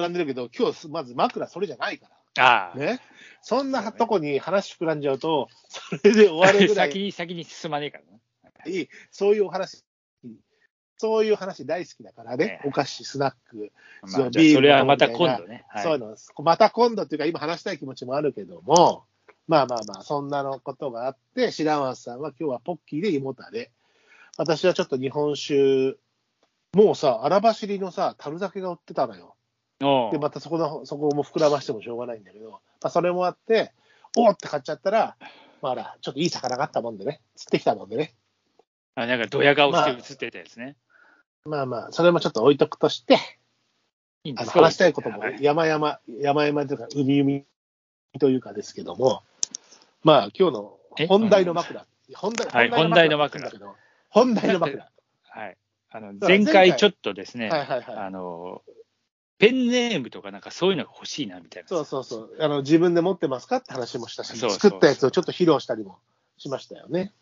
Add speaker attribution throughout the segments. Speaker 1: らんでるけど、今日すまず枕それじゃないか
Speaker 2: ああ、
Speaker 1: ら。ね。そんなとこに話膨らんじゃうと、それで終わるぐらい
Speaker 2: 先に、先に進まねえからな。
Speaker 1: そういうお話、そういう話大好きだからね。
Speaker 2: ね
Speaker 1: お菓子、スナック、そう
Speaker 2: まあ、じゃあ
Speaker 1: ビール
Speaker 2: それはまた今度ね。
Speaker 1: そうい
Speaker 2: は
Speaker 1: うの。また今度っていうか、今話したい気持ちもあるけども、まあまあまあ、そんなのことがあって、白松さんは今日はポッキーで胃もたれ。私はちょっと日本酒、もうさ、荒走りのさ、樽酒が売ってたのよ。
Speaker 2: い。お
Speaker 1: で、またそこの、そこも膨らましてもしょうがないんだけど、まあ、それもあって、おーって買っちゃったら、まあ、あら、ちょっといい魚があったもんでね、釣ってきたもんでね。
Speaker 2: あなんかドヤ顔して映ってたやつね。
Speaker 1: まあまあ、それもちょっと置いとくとして、
Speaker 2: いいん
Speaker 1: あ
Speaker 2: で
Speaker 1: の
Speaker 2: すか
Speaker 1: 話したいことも
Speaker 2: はい
Speaker 1: 山々、山々というか、海海というかですけども、まあ、今日の
Speaker 2: え
Speaker 1: 本題の枕、本題
Speaker 2: はい
Speaker 1: だけど本題の枕。
Speaker 2: はい。あの
Speaker 1: だから前
Speaker 2: 前
Speaker 1: 回
Speaker 2: 回ちょっとですね、
Speaker 1: はいはいは
Speaker 2: あ
Speaker 1: い。
Speaker 2: の、ペンネームとかなんかそういうのが欲しいなみたいな。
Speaker 1: そうそうそうあの。自分で持ってますかって話もしたし、
Speaker 2: そうそう
Speaker 1: 作ったやつをちょっと披露したりもしましたよね。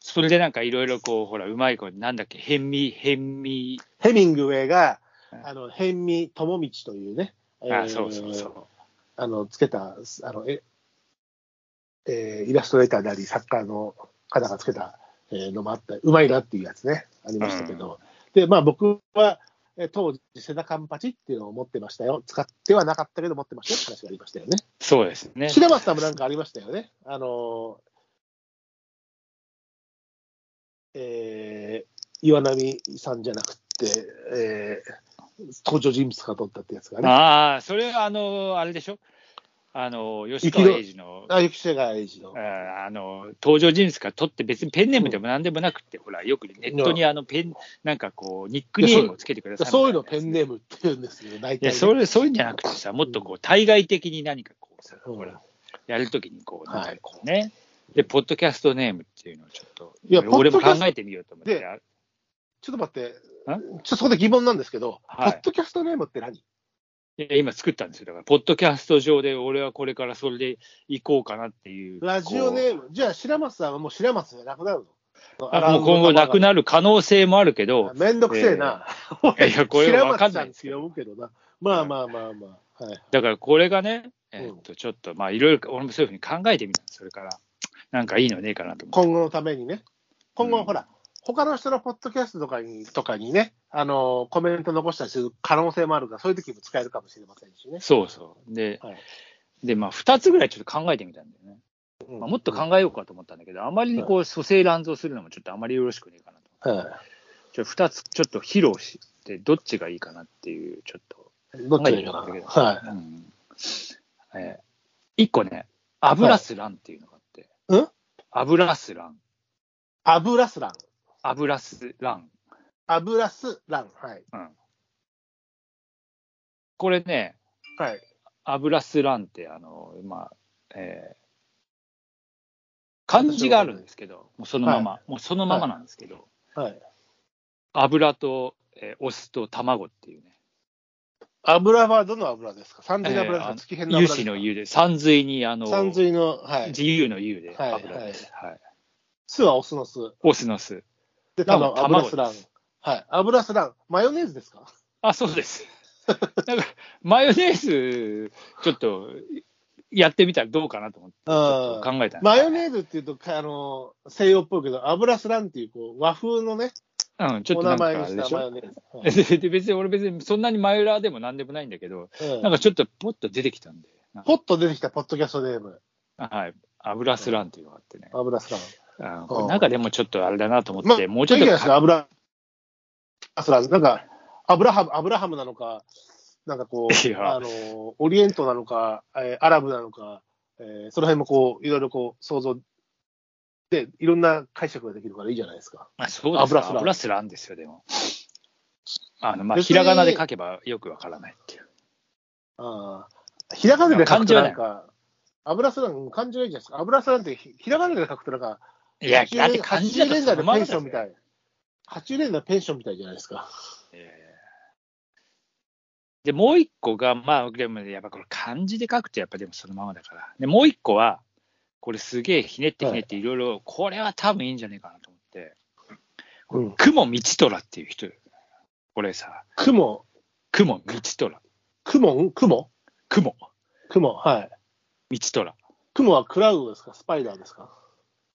Speaker 2: それでなんかいろいろこう、ほら、うまい子、なんだっけ、ヘンミ、ヘンミ、
Speaker 1: ヘミングウェイが
Speaker 2: はい、
Speaker 1: あの、ヘンミ友道というね、え
Speaker 2: あ
Speaker 1: ー
Speaker 2: そうそうそう。
Speaker 1: あの、つけた、あの、え、えーイラストレーターであり、作家の方がつけた、えーのもあった、うまいなっていうやつね、ありましたけど。で、まあ僕は、えー当時、セダカンパチっていうのを持ってましたよ。使ってはなかったけど持ってましたよって話がありましたよね。
Speaker 2: そうですね。
Speaker 1: 白松さんもなんかありましたよね。あのーえー岩波さんじゃなくて、えー登場人物が撮ったってやつがね。
Speaker 2: ああ、それはあの、あれでしょあの、吉川英治の、
Speaker 1: あ、雪世界一の。
Speaker 2: ああの、登場人物から取って別にペンネームでも何でもなくって、ほら、よくネットにあの、ペン、なんかこう、ニックネームをつけてくださいみた
Speaker 1: そうい
Speaker 2: な
Speaker 1: うのペンネームって言うんですよ、大
Speaker 2: い
Speaker 1: 体ね。
Speaker 2: や、それ、そういうんじゃなくてさ、もっとこう、対外的に何かこうさ、
Speaker 1: うん
Speaker 2: ほら、やるときにこう、
Speaker 1: はい
Speaker 2: なんかこうね、で、ポッドキャストネームっていうのをちょっと、
Speaker 1: いや
Speaker 2: 俺
Speaker 1: ポッド
Speaker 2: も
Speaker 1: キャス
Speaker 2: 考
Speaker 1: ト
Speaker 2: えてみようと思って、
Speaker 1: で
Speaker 2: あ
Speaker 1: ちょっと待って、ち
Speaker 2: ん
Speaker 1: ょっとそこで疑問なんですけど、
Speaker 2: はい
Speaker 1: ポッドキャストネームって何
Speaker 2: いや今作ったんですよ。だから、ポッドキャスト上で、俺はこれからそれで行こうかなっていう。
Speaker 1: ラジオネ
Speaker 2: こ
Speaker 1: ーム、じゃあ白松さんはもう白松じゃなくなる
Speaker 2: う
Speaker 1: の
Speaker 2: あもう今後なくなる可能性もあるけど、
Speaker 1: めんどくせえな。
Speaker 2: いやいや、これは
Speaker 1: 白
Speaker 2: 分か
Speaker 1: 松
Speaker 2: ん
Speaker 1: さ
Speaker 2: ない
Speaker 1: ん
Speaker 2: ん
Speaker 1: っ
Speaker 2: です
Speaker 1: て
Speaker 2: けど、
Speaker 1: 呼ぶけどな。まあまあまあまあ。はい、
Speaker 2: だからこれがね、えーっと、ちょっと、まあ、いろいろ、俺もそういうふうに考えてみたのそれから、なんかいいのねえかなと思って。
Speaker 1: 今後のためにね。今後、
Speaker 2: うん
Speaker 1: ほら、他の人のポッドキャストとかにとかにね、あのコメント残したりする可能性もあるから、そういう時も使えるかもしれませんしね。
Speaker 2: そうそう。で、
Speaker 1: はい
Speaker 2: で、まあ、2つぐらいちょっと考えてみたんだよね。
Speaker 1: うん
Speaker 2: まあ、もっと考えようかと思ったんだけど、あまりにこう、蘇生乱造するのもちょっとあまりよろしくねえかなと。
Speaker 1: はい
Speaker 2: ちょっと2つちょっと披露して、どっちがいいかなっていう、ちょっと。
Speaker 1: どっちがいいかな。
Speaker 2: 考えてみたんだけど
Speaker 1: は
Speaker 2: うんえ1個ね、油すらんっていうのがあって。
Speaker 1: はいん
Speaker 2: 油すら
Speaker 1: い。
Speaker 2: ん。
Speaker 1: 油すらん。
Speaker 2: 油すらん。
Speaker 1: 油すらん。はい。
Speaker 2: これね、
Speaker 1: はい。
Speaker 2: 油すらんって、あの、まあ、えー漢字があるんですけど、もうそのまま、もうそのままなんですけど、
Speaker 1: はい。
Speaker 2: 油と、えーお酢と卵っていうね、
Speaker 1: 油はどの油ですか三髄の油ですか、月
Speaker 2: えー
Speaker 1: 変の
Speaker 2: 油
Speaker 1: 油ですか
Speaker 2: 脂の油で、山水にあの、
Speaker 1: 三髄の、はい。
Speaker 2: 自由の油で、
Speaker 1: はい
Speaker 2: 油です。はい。
Speaker 1: 酢はオスの酢。
Speaker 2: オスの酢。
Speaker 1: で、
Speaker 2: 卵
Speaker 1: 卵、油すらん
Speaker 2: 卵で。
Speaker 1: はい。油すらん。マヨネーズですか
Speaker 2: あ、そう です。なんか、マヨネーズ、ちょっと、やってみたらどうかなと思って、ちょっと考えたんです
Speaker 1: マヨネーズっていうと、かあの西洋っぽいけど、油スランっていうこう和風のね、
Speaker 2: うん、ちょっ
Speaker 1: お
Speaker 2: とな
Speaker 1: 名
Speaker 2: んかあ
Speaker 1: 前にし
Speaker 2: れで
Speaker 1: た
Speaker 2: し
Speaker 1: マ
Speaker 2: ょ
Speaker 1: ヨネーズ。
Speaker 2: でで別に俺別にそんなにマヨラーでもなんでもないんだけど、
Speaker 1: うん
Speaker 2: なんかちょっとポッと出てきたんで、なんか
Speaker 1: ポッと出てきたポッドキャストネーム、
Speaker 2: はい、油スランっていうのがあってね、
Speaker 1: 油スラン。
Speaker 2: あこれなんかでもちょっとあれだなと思って、もうちょ
Speaker 1: い
Speaker 2: っ
Speaker 1: いじゃな
Speaker 2: と
Speaker 1: いですか、油スラン。なんか、アブラハム、アブラハムなのか、なんかこ、
Speaker 2: いうや
Speaker 1: あの、オリエントなのか、えーアラブなのか、えーその辺もこう、いろいろこう、想像で、いろんな解釈ができるからいいじゃないですか。
Speaker 2: まあ、そうです
Speaker 1: 油
Speaker 2: か
Speaker 1: すらん
Speaker 2: 油すらんですよ、でも。あの、まあ、
Speaker 1: 別
Speaker 2: ひ
Speaker 1: に
Speaker 2: らがなで書けばよくわからないっていう。
Speaker 1: ああ、ひらがなで書くとなんか、油スラン、漢字がいいじゃないですか。油スランってひひらがなで書くとなんか、
Speaker 2: いや、
Speaker 1: 80
Speaker 2: だって漢字だと
Speaker 1: 80年代
Speaker 2: その
Speaker 1: の
Speaker 2: ま
Speaker 1: ペ
Speaker 2: ま
Speaker 1: ン
Speaker 2: で
Speaker 1: シ
Speaker 2: す
Speaker 1: ョ
Speaker 2: よ
Speaker 1: ンみたい。80年代のペンションみたいじゃないですか。
Speaker 2: いやいやいやで、もう一個が、まあ、でも、やっぱこれ漢字で書くと、やっぱでもそのままだから。で、もう一個は、これすげえひねってひねっていろいろ、これは多分いいんじゃないかなと思って、
Speaker 1: うん。
Speaker 2: 雲道虎っていう人、これさ、
Speaker 1: 雲、
Speaker 2: 雲道虎。
Speaker 1: 雲雲
Speaker 2: 雲、
Speaker 1: 雲はい。
Speaker 2: 道虎。
Speaker 1: 雲はクラウドですかスパイダーですか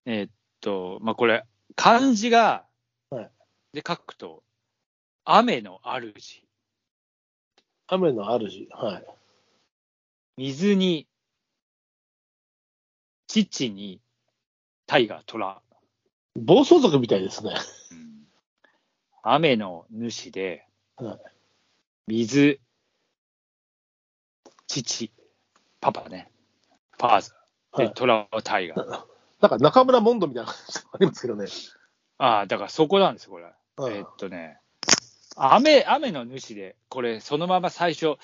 Speaker 2: えーっと、まあ、これ、漢字が、
Speaker 1: はい
Speaker 2: で書くと、雨の主、
Speaker 1: 雨の主。はい。
Speaker 2: 水に、父に、タイガー、虎。
Speaker 1: 暴走族みたいですね。
Speaker 2: 雨の主で
Speaker 1: は、
Speaker 2: 水、父、パパね、パーズ、
Speaker 1: は
Speaker 2: で、
Speaker 1: い。
Speaker 2: 虎はタイガー。
Speaker 1: なんか中村モンドみたいな感じもありますけどね。
Speaker 2: ああ、だからそこなんですよ、これ。
Speaker 1: うん
Speaker 2: えっとね、雨、雨の主で、これ、そのまま最初、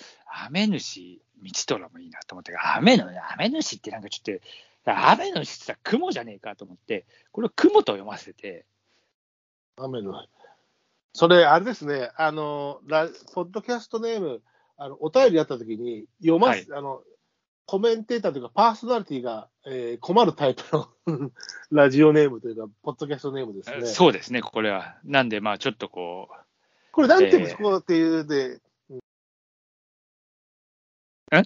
Speaker 2: 雨主、道虎もいいなと思ったけど、雨の、雨主ってなんかちょっと、雨の主ってさ、雲じゃねえかと思って、これを雲と読ませて、
Speaker 1: 雨の。それ、あれですね、あの、ラポッドキャストネーム、あのお便りあったときに、読ます、あの、コメンテーターというか、パーソナリティが、えー困るタイプの ラジオネームというか、ポッドキャストネームですね。
Speaker 2: そうですね、これは。なんで、まあ、ちょっとこう、
Speaker 1: これ、なんていうんです
Speaker 2: え
Speaker 1: か、こうっていうで。うん
Speaker 2: え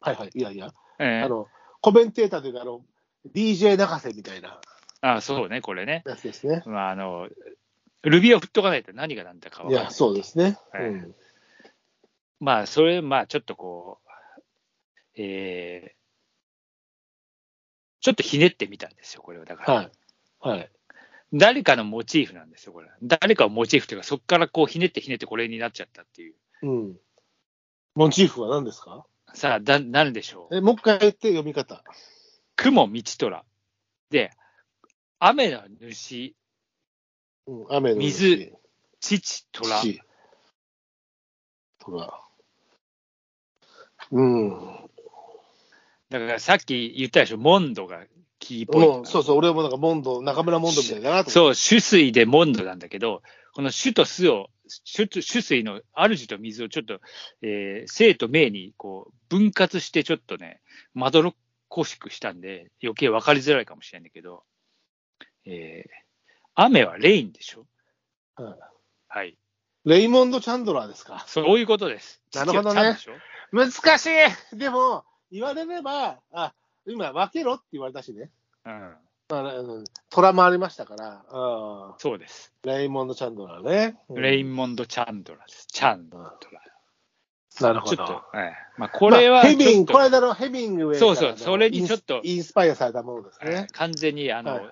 Speaker 1: はいはい、いやいや、
Speaker 2: えー
Speaker 1: あの、コメンテーターというか、あの、DJ 泣瀬みたいな
Speaker 2: ああ、そうね、これね。
Speaker 1: やつですね。
Speaker 2: まあ、あの、ルビーを振っとかないと何が何だか
Speaker 1: い
Speaker 2: 分からな
Speaker 1: や、
Speaker 2: い。
Speaker 1: そうですね。
Speaker 2: はい
Speaker 1: うん
Speaker 2: まあ、それ、まあ、ちょっとこう、えー、ちょっとひねってみたんですよ、これを。だから、
Speaker 1: はい。はい。
Speaker 2: 誰かのモチーフなんですよ、これ。誰かをモチーフというか、そこからこう、ひねってひねってこれになっちゃったっていう。
Speaker 1: うん。モチーフは何ですか
Speaker 2: さあ、だ、なんでしょう。
Speaker 1: え、もう一回言って読み方。
Speaker 2: 雲道虎。で、雨の主、
Speaker 1: うん、雨の日
Speaker 2: 水、父、虎。
Speaker 1: 土虎。うん。
Speaker 2: だから、さっき言ったでしょ、モンドがキーポイントな
Speaker 1: も
Speaker 2: の
Speaker 1: う、そうそう、俺もなんか、モンド、中村モンドみたいだなと思っ
Speaker 2: そう、取水でモンドなんだけど、この主と巣を、主と取水の主と水をちょっと、えー、生と命にこう分割してちょっとね、まどろっこしくしたんで、余計分かりづらいかもしれないんだけど、えー、雨はレインでしょ
Speaker 1: うん
Speaker 2: はい。
Speaker 1: て。レイモンド・チャンドラーですか。
Speaker 2: そういうことです。
Speaker 1: なるほどね
Speaker 2: 父はちゃんでしょ
Speaker 1: 難しいでも、言われれば、あ、今、分けろって言われたしね。
Speaker 2: うん、
Speaker 1: まあ、うん虎もありましたから、うん
Speaker 2: そうです。
Speaker 1: レイモンド・チャンドラーね。うん
Speaker 2: レインモンド・チャンドラです。チャンドラ。
Speaker 1: なるほ
Speaker 2: ちょっと
Speaker 1: ど。、
Speaker 2: ええまあ、これは
Speaker 1: まあ
Speaker 2: ちょ
Speaker 1: ヘ
Speaker 2: っと、
Speaker 1: ビン、この間のヘビングウェイからの
Speaker 2: そうそうそれにちょっと
Speaker 1: インスインスパイアされたものですね。
Speaker 2: 完全にあの、
Speaker 1: はい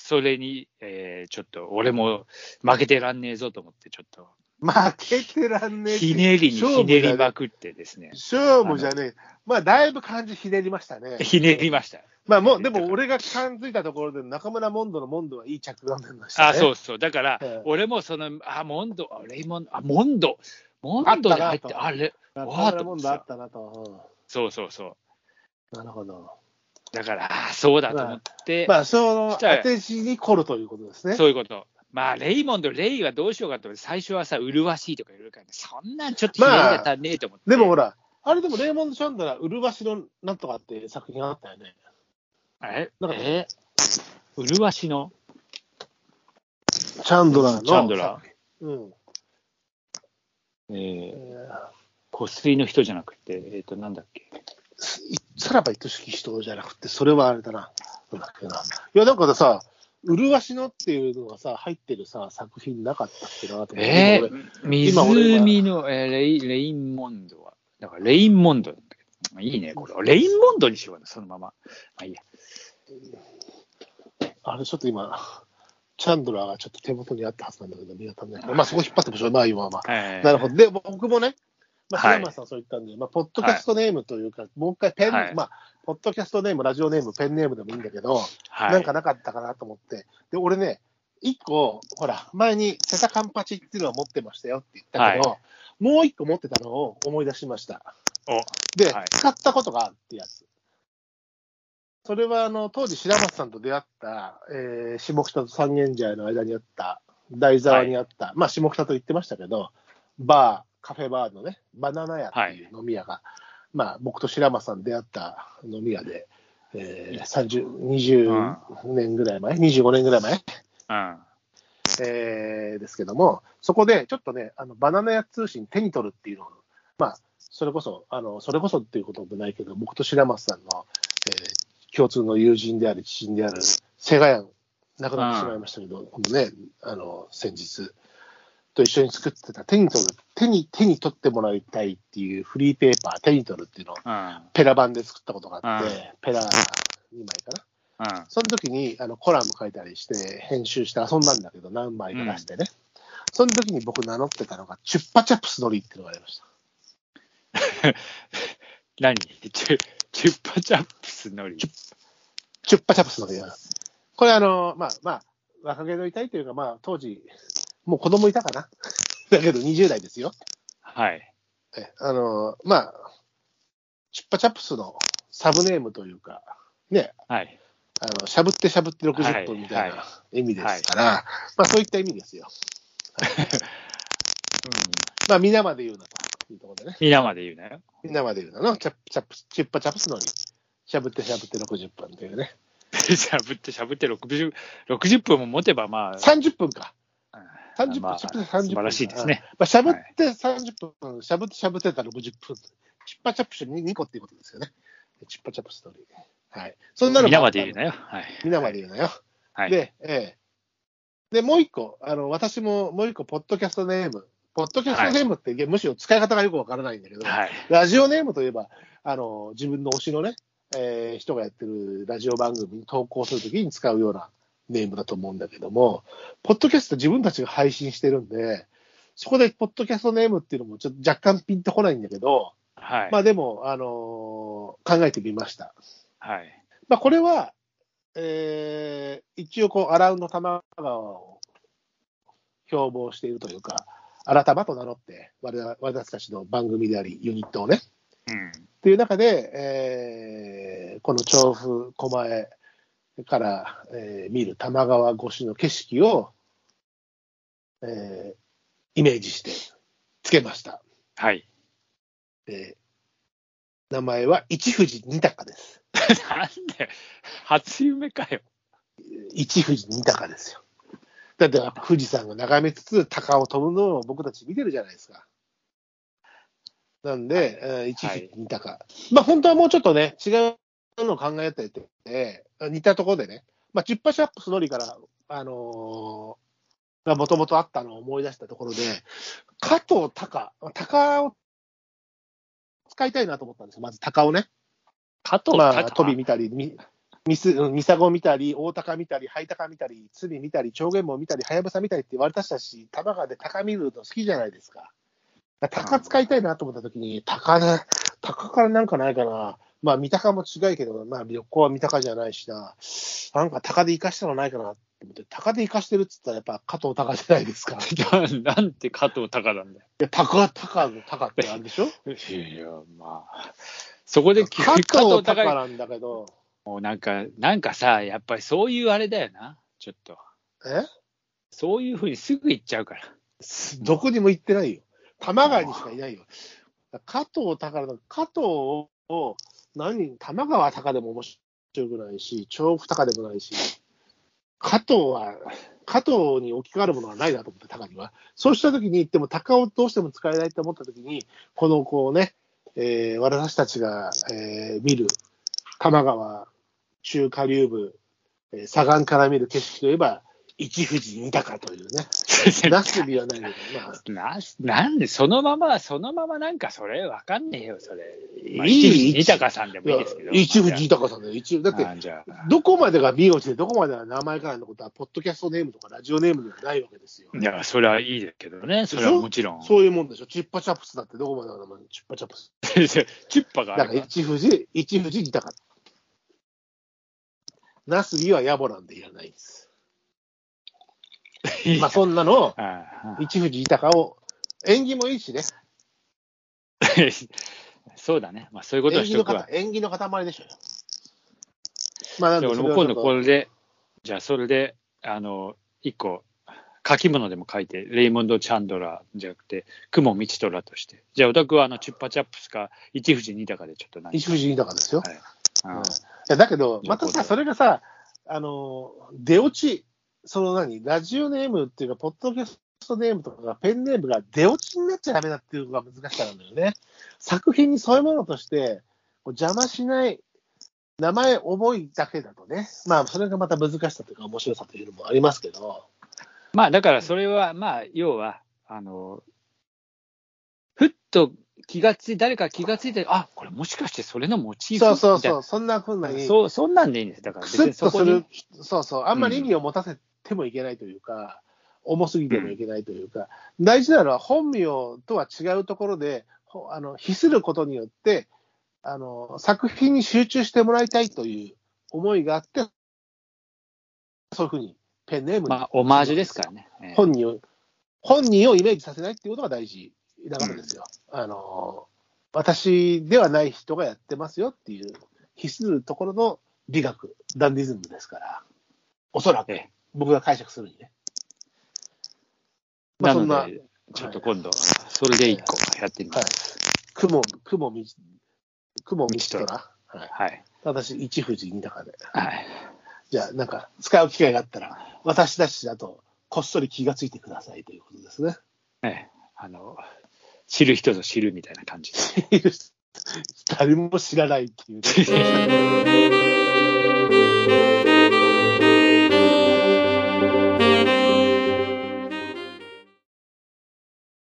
Speaker 2: それに、えーちょっと俺も負けてらんねえぞと思って、ちょっと
Speaker 1: 負けてらんねえって
Speaker 2: ひねりにひねりま
Speaker 1: 勝
Speaker 2: くってですね、
Speaker 1: 負じゃねえ勝負じゃねえ。まあ、だいぶ感じひねりましたね。
Speaker 2: ひねりました。
Speaker 1: まあ、もう、でも俺が感づいたところで、中村モンドのモンドはいい着眼点でしたね。
Speaker 2: あそうそう、だから、
Speaker 1: ええ
Speaker 2: 俺もその、あ、モンド、あレイモンド、あ、モンド、モンドで入っ
Speaker 1: あったな
Speaker 2: て、
Speaker 1: と
Speaker 2: あれ、
Speaker 1: 中村モンドあったなと。
Speaker 2: そうそうそう、
Speaker 1: うんなるほど。
Speaker 2: だから、あそうだと思って、
Speaker 1: まあ、その、
Speaker 2: したら
Speaker 1: 当て字に来るということですね。
Speaker 2: そういうこと。まあ、レイモンド、レイはどうしようかと思って、最初はさ、麗しいとか言うから、そんなんちょっとひねりが足んねえと思って。
Speaker 1: でもほら、あれでもレイモンド・チャンドラ、うるわしのなんとかって作品があったよね。
Speaker 2: え、
Speaker 1: なんか
Speaker 2: え麗しの
Speaker 1: チャンドラの。
Speaker 2: チャンドラ。
Speaker 1: うん。
Speaker 2: えー湖水の人じゃなくて、えっ、と、なんだっけ。
Speaker 1: すさらば愛しき人じゃなくて、それはあれだな。なんだっけな。いや、なんかさ、うるわしのっていうのがさ、入ってるさ、作品なかったっけなと思って。
Speaker 2: え
Speaker 1: 今俺
Speaker 2: ー、
Speaker 1: 今俺は
Speaker 2: 湖の、えーレイレインモンドは、だからレインモンドなんだけど、いいね、これ。レインモンドにしようかな、そのまま。まあいいや。
Speaker 1: あれ、ちょっと今、チャンドラーがちょっと手元にあったはずなんだけど、見当たらないから。まあ、そこ引っ張ってもしょうがない、まあまあ。
Speaker 2: えー
Speaker 1: なるほど。で、僕もね、まあ、
Speaker 2: はい
Speaker 1: 平山さんそう言ったんで、まあ、ポッドキャストネームというか、もう一回ペン、
Speaker 2: はい
Speaker 1: まあ、ポッドキャストネーム、ラジオネーム、ペンネームでもいいんだけど、
Speaker 2: はい、
Speaker 1: なんかなかったかなと思って。で、俺ね、一個、ほら、前にセタカンパチっていうのは持ってましたよって言ったけど、もう一個持ってたのを思い出しました。
Speaker 2: お
Speaker 1: で、
Speaker 2: はい
Speaker 1: 使ったことがあるってやつ。それは、あの、当時、白松さんと出会った、えー下北と三軒茶屋の間にあった、台沢にあった、まあ、下北と言ってましたけど、バー、カフェバーのね、バナナ屋っていう飲み屋が、まあ、僕と白松さん出会った飲み屋で、えー、30、20年ぐらい前、25年ぐらい前、
Speaker 2: うん。
Speaker 1: えーですけども、そこでちょっとね、あのバナナ屋通信手に取るっていうのをまあ、それこそ、あの、それこそっていうこともないけど、僕と白松さんの、えー共通の友人であり、知人である、セガヤン、亡くなってしまいましたけど、このね、あの、先日、と一緒に作ってた手に取る、手に、手に取ってもらいたいっていうフリーペーパー、手に取るっていうのを、
Speaker 2: うん。
Speaker 1: ペラ版で作ったことがあって、
Speaker 2: うん
Speaker 1: ペラ2枚かな。
Speaker 2: うん。
Speaker 1: その時にあのコラム書いたりして、編集して遊んだんだけど、何枚か出してね。その時に僕名乗ってたのが、チュッパチャプスのりっていうのがありました。
Speaker 2: 何チュチュッパチャップスのり。
Speaker 1: チュッパチャプスのりだなこれあの、まあまあ、若気の痛いというか、まあ当時、もう子供いたかな。 だけど20代ですよ。
Speaker 2: はい。
Speaker 1: えあの、まあ、チュッパチャプスのサブネームというか、ね、
Speaker 2: はい。
Speaker 1: あのしゃぶってしゃぶって60分みたい
Speaker 2: はい
Speaker 1: な意味ですから、まあそういった意味ですよ。まあ皆まで言うなというところでね。
Speaker 2: 皆まで言うなよ。
Speaker 1: みんなまで言うのの、チャップ、チャップ、チュッパチャプスのに、しゃぶってしゃぶって60分というね。
Speaker 2: しゃぶってしゃぶって60、60分も持てばまあ、
Speaker 1: 30分か。30分、
Speaker 2: まあ
Speaker 1: チャップ30分。
Speaker 2: 素晴らしいですね
Speaker 1: うん。まあ、しゃぶって30分、しゃぶってしゃぶってたら60分。チュッパチャプスに2個っていうことですよね。チュッパチャプスのに。はい。そんなのが
Speaker 2: 皆まで言うなよ。はい。
Speaker 1: みんなまで言うなよ。
Speaker 2: はい。
Speaker 1: で、ええ。で、もう一個、あの、私ももう一個、ポッドキャストネーム。ポッドキャストネームって、むしろ使い方がよくわからないんだけど、
Speaker 2: はい。
Speaker 1: ラジオネームといえば、あの自分の推しのね、えー人がやってるラジオ番組に投稿するときに使うようなネームだと思うんだけども、ポッドキャスト自分たちが配信してるんで、そこでポッドキャストネームっていうのもちょっと若干ピンとこないんだけど、
Speaker 2: はい。
Speaker 1: まあでも、あのー考えてみました。
Speaker 2: はい。
Speaker 1: まあこれは、えー一応こう、荒尾の玉川を標榜しているというか、改まと名乗って、我々私たちの番組であり、ユニットをね、
Speaker 2: うん。
Speaker 1: っていう中で、えーこの調布狛江から、えー見る多摩川越しの景色を、えーイメージしてつけました。
Speaker 2: はい。
Speaker 1: えー名前は一富士二鷹です。
Speaker 2: なんで、初夢かよ。
Speaker 1: 一富士二鷹ですよ。だって富士山を眺めつつ鷹を飛ぶのを僕たち見てるじゃないですか。なんで、えー一富士二鷹、まあ本当はもうちょっとね、違うのを考えてて、えー似たところでね、まあ、チュッパシャップスのりから、あのーがもともとあったのを思い出したところで、加藤鷹、鷹を使いたいなと思ったんですよ、まず鷹をね。
Speaker 2: 加藤
Speaker 1: まあ、
Speaker 2: 鷹
Speaker 1: トビ見たり、みミス、うんミサゴ見たり、大鷹見たり、ハイタカ見たり、ツビ見たり、長玄門見たり、ハヤブサ見たりって私たち、玉川で鷹見るの好きじゃないですか。だから鷹使いたいなと思ったときに、鷹ね、鷹からなんかないかな。まあ、三鷹も違いけど、まあ、旅行は三鷹じゃないしな。なんか鷹で生かしたのないかなって思って、鷹で生かしてるっつったらやっぱ加藤鷹じゃないですか。い
Speaker 2: ななんて加藤鷹なんだよ。
Speaker 1: や、鷹、鷹の鷹ってあるで しょ
Speaker 2: いやいや、まあ。そこで急に
Speaker 1: 加
Speaker 2: 加
Speaker 1: 藤
Speaker 2: 藤
Speaker 1: 鷹
Speaker 2: 鷹に
Speaker 1: なんだけど、
Speaker 2: もうなんか、なんかさ、やっぱりそういうあれだよな。ちょっと。
Speaker 1: え
Speaker 2: そういうふうにすぐ行っちゃうから。
Speaker 1: どこにも行ってないよ。玉川にしかいないよ。加藤宝の、加藤を、何、玉川高でも面白くないし、調布高でもないし、加藤は、加藤に置き換わるものはないなと思って、高には。そうしたときに、でも高をどうしても使えないと思ったときに、このこうね、えー私たちが、えー見る、玉川、中下流部、えー左岸から見る景色といえば、一富士二鷹というね。 なすびはないけど、まあ、
Speaker 2: ななんで、そのまま、そのままなんかそれ、わかんねえよ、それ。まあ、
Speaker 1: いい
Speaker 2: 一藤二鷹さんでもいいですけど。
Speaker 1: 一富士豊さんだよ、一だ
Speaker 2: だ
Speaker 1: って、
Speaker 2: じゃあ
Speaker 1: どこまでが名字で、どこまでが名前からのことは、ポッドキャストネームとかラジオネームではないわけですよ。
Speaker 2: いや、それはいいですけどね、それはもちろん。
Speaker 1: そういうもんでしょ、チッパチャプスだって、どこまでが名前、チッパチャプス。
Speaker 2: チッパ
Speaker 1: だ
Speaker 2: があ
Speaker 1: か
Speaker 2: る
Speaker 1: ら、
Speaker 2: から
Speaker 1: 一富士、一富士豊か。なすびは野暮なんでいらないです。まあ、そんなのを、
Speaker 2: ああ
Speaker 1: 一富士豊かを、縁起もいいしね、
Speaker 2: そうだね、まあ、そういうことを
Speaker 1: 縁
Speaker 2: し
Speaker 1: 起
Speaker 2: と
Speaker 1: の
Speaker 2: くわ
Speaker 1: 塊。縁起の塊でしょうよ。まあ、なんで
Speaker 2: で俺
Speaker 1: それ
Speaker 2: も
Speaker 1: はちょっと
Speaker 2: 今度これで、じゃあそれで、あの、一個、書き物でも書いて、レイモンド・チャンドラーじゃなくて、雲道虎として。じゃあ、お宅は、あの、チュッパチャップスか、一富士二鷹でちょっと何
Speaker 1: 一富士豊かですよ。
Speaker 2: うん
Speaker 1: いやだけど、また
Speaker 2: なるほど
Speaker 1: さ、それがさ、あの出落ち、その何、ラジオネームっていうか、ポッドキャスストネームとかがペンネームが出落ちになっちゃダメだっていうのが難しさなんだよね。作品にそういうものとして、こう邪魔しない、名前覚えだけだとね、まあ、それがまた難しさというか、面白さというのもありますけど、
Speaker 2: まあだからそれはまあ要はあのふっと気がつい誰か気がついてあこれもしかしてそれのモチーフ
Speaker 1: そうそう
Speaker 2: みたい
Speaker 1: そ
Speaker 2: な
Speaker 1: う、そんなふうなに、そ
Speaker 2: そうそんなんでいいんですだから
Speaker 1: くすっと
Speaker 2: そ
Speaker 1: す
Speaker 2: こに
Speaker 1: る、そうそう、あんまり意味を持たせてもいけないというか、重すぎてもいけないというか、大事なのは本名とは違うところで、ほあの比することによってあの、作品に集中してもらいたいという思いがあって、そういうふうにペンネームに
Speaker 2: まあオマージュですからね、ええ
Speaker 1: 本人を、本人をイメージさせないっていうことが大事なわけですよ。あの、私ではない人がやってますよっていう、必するところの美学、ダンディズムですから、おそらく
Speaker 2: ええ、
Speaker 1: 僕が解釈するにね。まあ、そんな、
Speaker 2: な
Speaker 1: はい、
Speaker 2: のでちょっと今度それで一個やってみます
Speaker 1: 雲、雲み、雲みちと
Speaker 2: 道
Speaker 1: ら。はい、
Speaker 2: はい
Speaker 1: 私、一富士二鷹で。
Speaker 2: はい
Speaker 1: じゃあ、なんか、使う機会があったら、私たちだと、こっそり気がついてくださいということです ね。
Speaker 2: ええあの知る人ぞ知るみたいな感じです
Speaker 1: っていう 誰も知らないっていうね。